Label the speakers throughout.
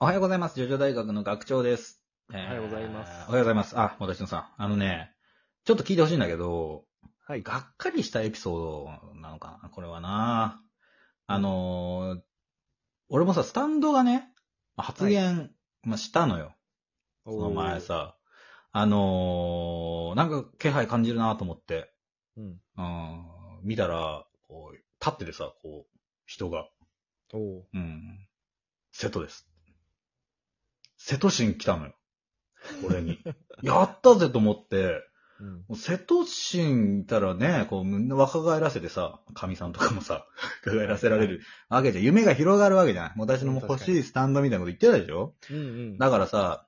Speaker 1: おはようございます。ジョジョ大学の学長です。おは
Speaker 2: おはようございます
Speaker 1: おはようございます。あ、私のさん。あのね、ちょっと聞いてほしいんだけど、
Speaker 2: はい。
Speaker 1: がっかりしたエピソードなのかなこれはなあのー俺もさ、スタンドがね、発言、まあ、したのよ。この前さ、あのーなんか気配感じるなと思って、
Speaker 2: うん。
Speaker 1: うん、見たら、こう、立っててさ、こう、人が、
Speaker 2: おー
Speaker 1: うん、瀬戸です。瀬戸神来たのよ。俺に。やったぜと思って、
Speaker 2: うん。
Speaker 1: もう瀬戸神いたらね、こう、みんな若返らせてさ、神さんとかもさ、若返らせられるわけじゃん。夢が広がるわけじゃない。もう私のも欲しいスタンドみたいなこと言ってたでしょ
Speaker 2: うんうん。
Speaker 1: だからさ、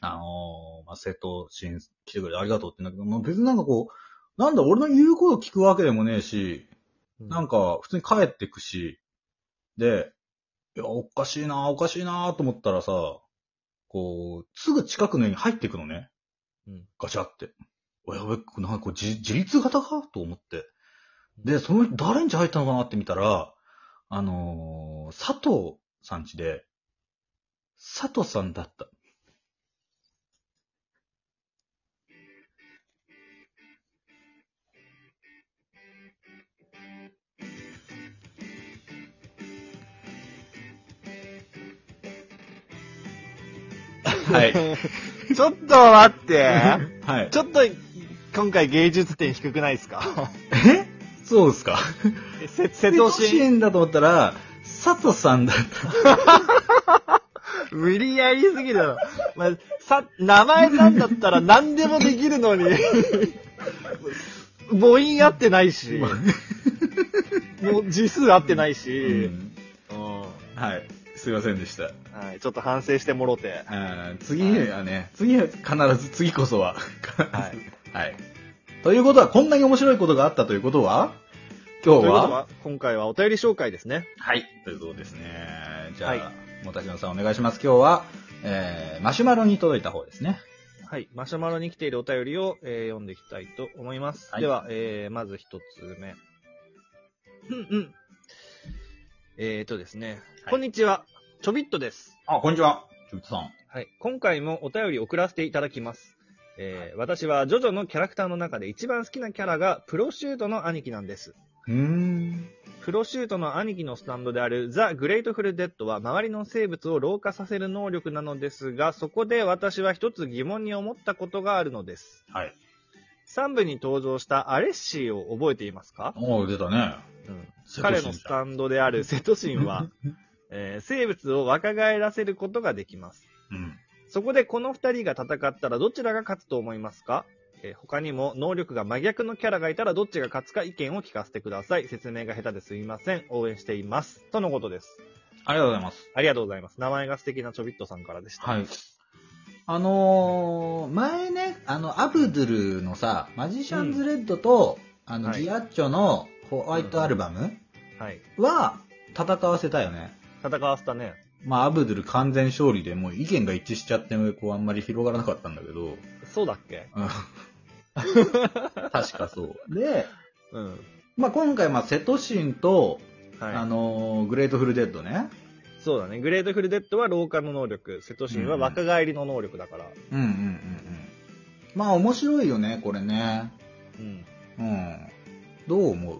Speaker 1: あのーまあ、瀬戸新来てくれてありがとうってんだけど、まあ、別になんかこう、なんだ、俺の言うこと聞くわけでもねえし、なん
Speaker 2: か、
Speaker 1: か、普通に帰ってくし、で、いや、おかしいな、おかしいなと思ったらさ、こう、すぐ近くの家に入ってくのね。
Speaker 2: うん
Speaker 1: ガチャって。おやべ、なんかこう、自自立型かと思って。で、その人誰んち入ったのかなって見たら、あのー佐藤さんちで、佐藤さんだった。 はい。
Speaker 2: ちょっと待って。
Speaker 1: はい。
Speaker 2: ちょっと、今回芸術点低くないですか
Speaker 1: えそうですか。
Speaker 2: えせ、瀬
Speaker 1: 瀬
Speaker 2: 戸
Speaker 1: 戸
Speaker 2: 神、
Speaker 1: 神だと思ったら、佐藤さんだった。
Speaker 2: 無理やりすぎだろ。まあ、さ、名前なんだったら何でもできるのに。 母音合ってないし、もう字数合ってないし、うん
Speaker 1: はい。すいませんでした。
Speaker 2: はい、ちょっと反省してもろて。
Speaker 1: あー次はね、次は必ず、次こそは。
Speaker 2: はい。
Speaker 1: はい。ということは、こんなに面白いことがあったということは今
Speaker 2: と
Speaker 1: 日
Speaker 2: いうこと
Speaker 1: は
Speaker 2: は、今回はお便り紹介ですね。
Speaker 1: はい。ということですね。じゃあ、
Speaker 2: はい
Speaker 1: もたしのさんお願いします。今日は、えー、マシュマロに届いた方ですね。
Speaker 2: はい。マシュマロに来ているお便りを、えー読んでいきたいと思います。
Speaker 1: はい
Speaker 2: では、えーまず一つ目。うんうん。えーとですね。
Speaker 1: はい
Speaker 2: こんにちは。ちょびっとです。
Speaker 1: あ、こんにちは。ちゅうとさん。
Speaker 2: はい。今回もお便り送らせていただきます。えー私はジョジョのキャラクターの中で一番好きなキャラがプロシュートの兄貴なんです。
Speaker 1: うーん。
Speaker 2: プロシュートの兄貴のスタンドであるザ・グレートフル・デッドは周りの生物を老化させる能力なのですが、そこで私は一つ疑問に思ったことがあるのです。
Speaker 1: はい。
Speaker 2: 3部に登場したアレッシーを覚えていますか、
Speaker 1: おー、出たね。
Speaker 2: 彼のスタンドであるセトシンは、 えー生物を若返らせることができます。
Speaker 1: うん。
Speaker 2: そこでこの2人が戦ったらどちらが勝つと思いますか、えー他にも能力が真逆のキャラがいたらどっちが勝つか意見を聞かせてください。説明が下手ですいません。応援しています。とのことです。
Speaker 1: ありがとうございます。
Speaker 2: ありがとうございます。名前が素敵なちょびっとさんからでした。
Speaker 1: はい。あのー、前ね、あの、アブドゥルのさ、マジシャンズ・レッドと、あの、
Speaker 2: はい
Speaker 1: ギアッチョのホワイトアルバム
Speaker 2: はい。
Speaker 1: は戦わせたよね。
Speaker 2: 戦わせたね。
Speaker 1: まあ、アブドゥル完全勝利でもう意見が一致しちゃって、こう、あんまり広がらなかったんだけ ど、
Speaker 2: そうだっけ
Speaker 1: うん確かそう。で、
Speaker 2: うん。
Speaker 1: まあ、今回、まあ、瀬戸神と、
Speaker 2: はい。
Speaker 1: あのー、グレートフル・デッドね。
Speaker 2: そうだね。グレートフルデッドは老化の能力、セトシンは若返りの能力だから。
Speaker 1: うんうんうんうん。まあ、面白いよね、これね。
Speaker 2: うん。
Speaker 1: うん。どう思う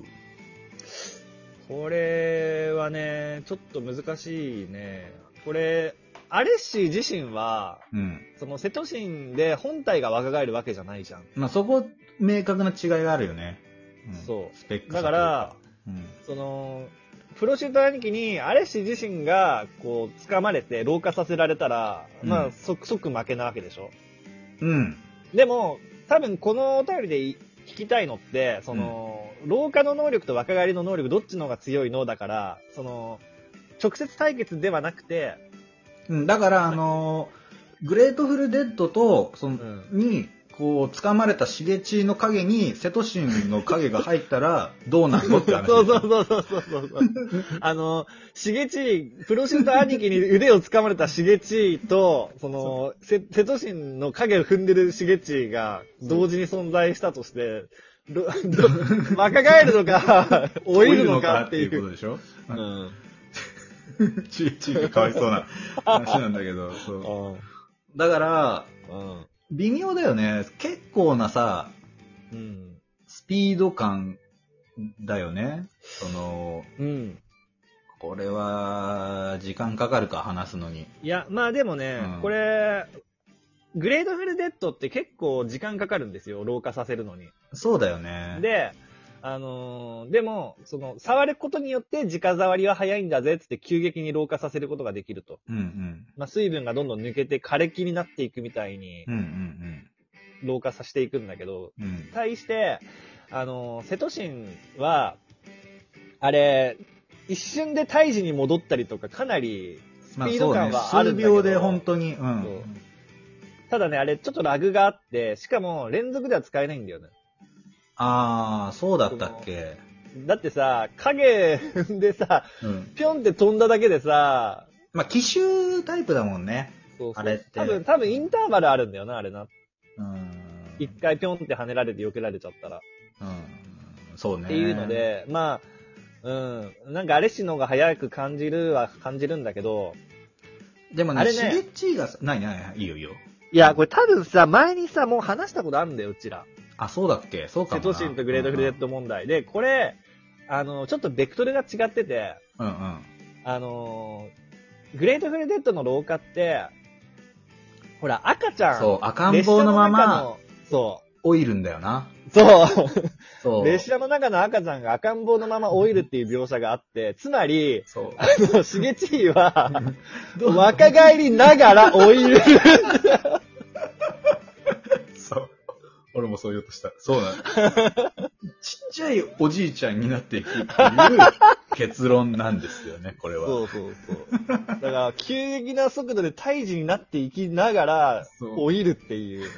Speaker 2: これはね、ちょっと難しいね。これ、アレッシー自身は、
Speaker 1: うん。
Speaker 2: そのセトシンで本体が若返るわけじゃないじゃん。
Speaker 1: まあ、そこ、明確な違いがあるよね。ん
Speaker 2: そう
Speaker 1: スペック差と
Speaker 2: だか
Speaker 1: いう
Speaker 2: ら、、
Speaker 1: うん。
Speaker 2: その、プロシュート兄貴にアレッシー自身が、こう、掴まれて老化させられたら、
Speaker 1: う
Speaker 2: ま
Speaker 1: ん
Speaker 2: あ、即即負けなわけでしょ。
Speaker 1: うん。
Speaker 2: でも、多分このお便りでい聞きたいのって、その、老化の能力と若返りの能力どっちの方が強いのだから、その、直接対決ではなくて、
Speaker 1: うん、だから、あのーグレートフルデッドと、その、
Speaker 2: ん
Speaker 1: に、こう、掴まれたシゲチの影に、セトシンの影が入ったら、どうなのって話。
Speaker 2: そうそうそうそうそうそうそう。あの、しげち、プロシュート兄貴に腕を掴まれたしげちと、その、せ瀬戸神の影を踏んでるしげちが同時に存在したとして、 ろ 若返るのか、老いるのかって
Speaker 1: 老い
Speaker 2: い
Speaker 1: るのかっていうこと
Speaker 2: う。
Speaker 1: でしょ
Speaker 2: うん
Speaker 1: ちいちいがかわいそうな話なんだけど、そう。 だから、微妙だよね。結構なさ、
Speaker 2: うん、
Speaker 1: スピード感だよね。その、
Speaker 2: うん、
Speaker 1: これは、時間かかるか、話すのに。
Speaker 2: いや、まあでもね、うん、これ、グレードフルデッドって結構時間かかるんですよ、老化させるのに。
Speaker 1: そうだよね。
Speaker 2: で、あのー、でも、その、触ることによって、直触りは早いんだぜ、つって急激に老化させることができると。
Speaker 1: うんうん。
Speaker 2: まあ、水分がどんどん抜けて枯れ木になっていくみたいに、
Speaker 1: うんうんうん。
Speaker 2: 老化させていくんだけど、
Speaker 1: うん、
Speaker 2: 対して、あのー、セトシンは、あれ、一瞬で胎児に戻ったりとか、かなり、スピード感はあるんだけど、まあ、
Speaker 1: 数秒
Speaker 2: ね、
Speaker 1: で本当に、うん。そう
Speaker 2: ただね、あれ、ちょっとラグがあって、しかも、連続では使えないんだよね。
Speaker 1: ああ、そうだったっけ。
Speaker 2: だってさ、影でさ、ぴ、ょ、んって飛んだだけでさ、
Speaker 1: まあ、奇襲タイプだもんね。
Speaker 2: そうそう
Speaker 1: あれって。
Speaker 2: 多分、多分インターバルあるんだよな、あれな。
Speaker 1: うん。
Speaker 2: 一回ぴょんって跳ねられて避けられちゃったら。
Speaker 1: うん。そうね。
Speaker 2: っていうので、まあ、うん。なんかあれしのが早く感じるは感じるんだけど。
Speaker 1: でもね、あれね。シゲッチーが、ないないいいよいいよ。
Speaker 2: いや、これ多分さ、前にさ、もう話したことあるんだよ、うちら。
Speaker 1: あ、そうだっけそうか
Speaker 2: セトシンとグレードフルデッド問題。うんうん、で、これ、あの、ちょっとベクトルが違ってて、
Speaker 1: うんうん。
Speaker 2: あの、グレートフルデッドの老化って、ほら、赤ちゃん。
Speaker 1: そう、赤ん坊のまま、。
Speaker 2: そう
Speaker 1: オイルんだよな。
Speaker 2: そう。
Speaker 1: そう。
Speaker 2: 列車の中の赤ちゃんが赤ん坊のまま老いるっていう描写があって、つまり、
Speaker 1: そう。
Speaker 2: あの、しげちいは、若返りながら老いる。
Speaker 1: そう。俺もそう言おうとした。そうな の。ちっちゃいおじいちゃんになっていくっていう結論なんですよね、これは。
Speaker 2: そうそうそう。だから、急激な速度で胎児になっていきながら、老いるっていう、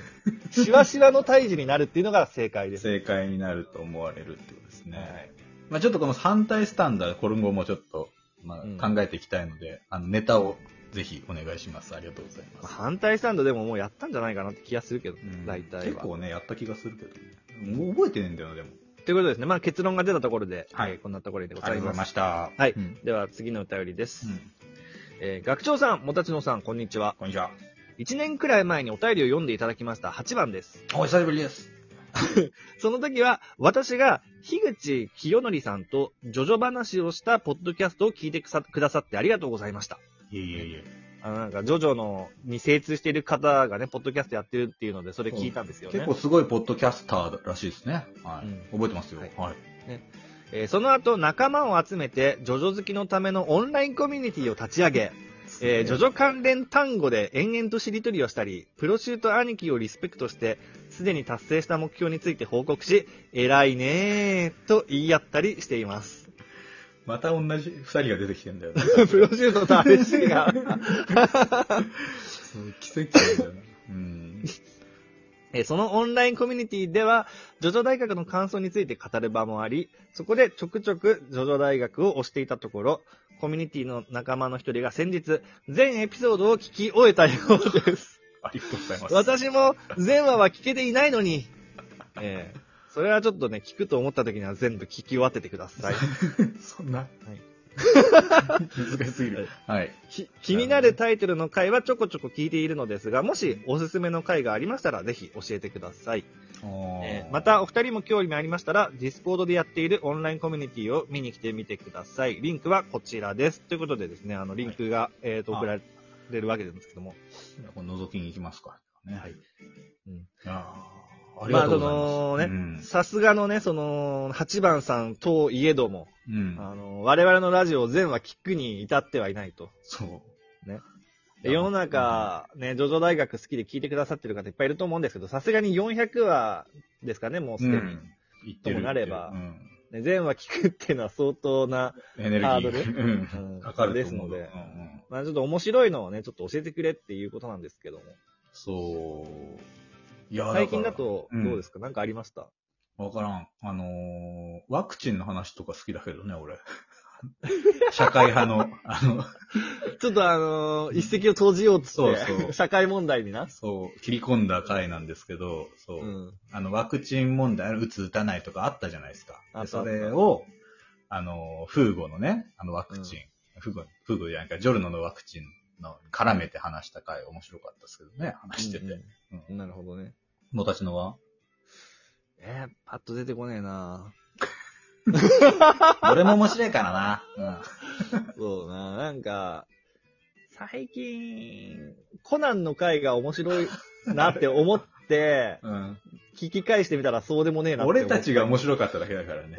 Speaker 2: しわしわの胎児になるっていうのが正解です。
Speaker 1: 正解になると思われるってことですね。はい、まあちょっとこの反対スタンダー、今後もちょっと、まあ、考えていきたいので、うん、あのネタをぜひお願いします。ありがとうございます。
Speaker 2: 反対スタンドでももうやったんじゃないかなって気がするけど、ね、うん、大体は。
Speaker 1: 結構ね、やった気がするけど、ね、もう覚えてねえんだよな、でも。
Speaker 2: ということですね。まあ結論が出たところで、はい、えー、こんなところでございます。ありがとうござい
Speaker 1: ました。
Speaker 2: はい。うん、では次のお便りです。うん、えー、学長さん、もたちのさん、こんにちは。
Speaker 1: こんにちは。
Speaker 2: 1年くらい前にお便りを読んでいただきました8番です。
Speaker 1: お久しぶりです。
Speaker 2: その時は、私が、樋口清則さんと、ジョジョ話をしたポッドキャストを聞いてくださってありがとうございました。
Speaker 1: いえいえいえ。
Speaker 2: あの、なんか、ジョジョの、に精通している方がね、ポッドキャストやってるっていうので、それ聞いたんですよね。
Speaker 1: 結構すごいポッドキャスターらしいですね。はい。うん、覚えてますよ。はい。はい、
Speaker 2: ねえー、その後、仲間を集めて、ジョジョ好きのためのオンラインコミュニティを立ち上げ、えー、ジョジョ関連単語で延々としりとりをしたり、プロシュート兄貴をリスペクトして、すでに達成した目標について報告し、偉いねーと言い合ったりしています。
Speaker 1: また同じ二人が出てきてんだよ、ね。
Speaker 2: プロシュートとアレ シーが。
Speaker 1: 奇跡なんだよな。うん、
Speaker 2: えそのオンラインコミュニティでは、ジョジョ大学の感想について語る場もあり、そこでちょくちょくジョジョ大学を推していたところ、コミュニティの仲間の一人が先日、全エピソードを聞き終えたようです。
Speaker 1: ありがとうございます。
Speaker 2: 私も全話は聞けていないのに、えーそれはちょっとね、聞くと思った時には全部聞き終わっててください。
Speaker 1: そんな。はい。 難しすぎる。はい。
Speaker 2: 気になるタイトルの回はちょこちょこ聞いているのですが、もしおすすめの回がありましたら、ぜひ教えてください。えー、また、お二人も興味がありましたら、ディスコードでやっているオンラインコミュニティを見に来てみてください。リンクはこちらです。ということでですね、あの、リンクが、はい、えっ、と、送られるわけなんですけども。
Speaker 1: これ覗きに行きますか、ね。はい。うん。ああ。
Speaker 2: あま,まあ、そのね、さすがのね、その、8番さんといえども、
Speaker 1: うん、
Speaker 2: あの、我々のラジオ全話聞くに至ってはいないと。。
Speaker 1: そう
Speaker 2: ね。世の中、ね、ジョジョ大学好きで聞いてくださってる方いっぱいいると思うんですけど、さすがに400話ですかね、もうすでに。うん、
Speaker 1: 言ってる。
Speaker 2: ともなれば、うん、全話聞くっていうのは相当なハードル、
Speaker 1: うん、かかる
Speaker 2: ですので、うんうん、まあちょっと面白いのをね、ちょっと教えてくれっていうことなんですけども。
Speaker 1: そう。
Speaker 2: 最近だと、どうですか、うん、なんかありました
Speaker 1: わからん。あのー、ワクチンの話とか好きだけどね、俺。 社会派の、あの、
Speaker 2: ちょっとあのー、一石を投じようとして、そうそう 社会問題にな。
Speaker 1: そう、切り込んだ回なんですけど、そう、うん、あの、ワクチン問題、打つ打たないとかあったじゃないですか。でそれを、あの、フーゴのね、あのワクチン。うんフグ、フグじゃないか、ジョルノのワクチンの絡めて話した回面白かったですけどね、話してて。
Speaker 2: うんうんなるほどね。
Speaker 1: のたちのは
Speaker 2: えー、パッと出てこねえな
Speaker 1: 俺も面白いからな。
Speaker 2: そうだな、なんか、最近、コナンの回が面白いなって 思って、
Speaker 1: うん。うん
Speaker 2: 聞き返してみたらそうでもねえなって思
Speaker 1: 俺
Speaker 2: った
Speaker 1: ちが面白かっただけだ からね。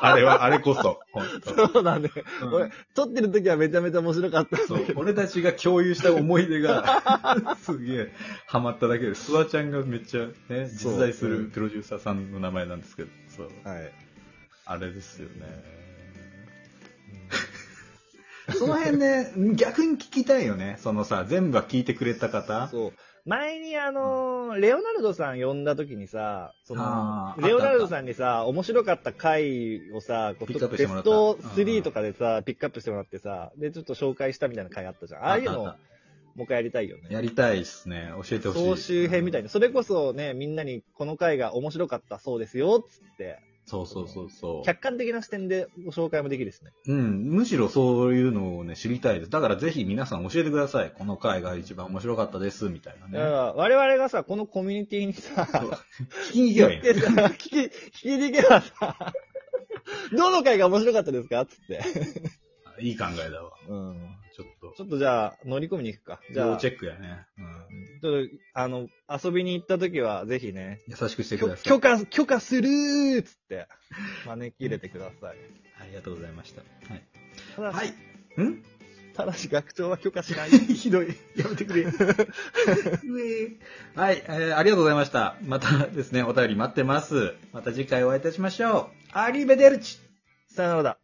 Speaker 1: あれは、あれこそ。本当
Speaker 2: そうだね。
Speaker 1: うん
Speaker 2: 俺、撮ってる時はめちゃめちゃ面白かった。
Speaker 1: そう俺たちが共有した思い出が、 すげえ、ハマっただけで、諏訪ちゃんがめっちゃね、
Speaker 2: そう
Speaker 1: 実在す
Speaker 2: う
Speaker 1: る
Speaker 2: ん
Speaker 1: プロデューサーさんの名前なんですけど、そう、
Speaker 2: はい。
Speaker 1: あれですよね。その辺ね、逆に聞きたいよね。そのさ、全部は聞いてくれた方。
Speaker 2: そう。前にあのーレオナルドさん呼んだ時にさ、その
Speaker 1: あ、ー
Speaker 2: レオナルドさんにさ、面白かった回をさ、こう
Speaker 1: ピックアップして
Speaker 2: ベ
Speaker 1: もら
Speaker 2: ス
Speaker 1: った
Speaker 2: ト
Speaker 1: う
Speaker 2: 3
Speaker 1: ん
Speaker 2: とかでさ、ピックアップしてもらってさ、で、ちょっと紹介したみたいな回あったじゃん。ああいうの、
Speaker 1: っ
Speaker 2: も
Speaker 1: たっ
Speaker 2: う一回やりたいよ
Speaker 1: た
Speaker 2: ね。
Speaker 1: やりたいですね。教えてほしい。
Speaker 2: 総集編みたい
Speaker 1: な。
Speaker 2: な。それこそね、みんなにこの回が面白かったそうですよ、つって、
Speaker 1: そうそうそうそう。
Speaker 2: 客観的な視点でご紹介もできるしね。
Speaker 1: うん、むしろそういうのをね、知りたいです。だからぜひ皆さん教えてください。この回が一番面白かったです、みたいな
Speaker 2: だか
Speaker 1: ね。
Speaker 2: ら、我々がさ、このコミュニティにさ、
Speaker 1: そう聞きに行けば いい
Speaker 2: 言ってさ聞き、聞きに行けばさ、 どの回が面白かったですかつって。
Speaker 1: の。いい考えだわ。
Speaker 2: うん。
Speaker 1: ちょっと。
Speaker 2: ちょっとじゃあ、乗り込みに行くか。じゃ
Speaker 1: 要
Speaker 2: あ、
Speaker 1: チ
Speaker 2: ちょっ
Speaker 1: ェックやね。うん。
Speaker 2: と、あの、遊びに行った時は、ぜひね、
Speaker 1: 優しくしてく
Speaker 2: 許
Speaker 1: ださい
Speaker 2: 許。可、許可するーっつって、招き入れてください。
Speaker 1: ありがとうございました。はい。
Speaker 2: ただし、
Speaker 1: はい。ん
Speaker 2: ただし学長は許可しな い。
Speaker 1: ひどい。やめてく れ。うえはい、えーありがとうございました。またですね、お便り待ってます。また次回お会いいたしましょう。アリーベデルチ
Speaker 2: さよならだ。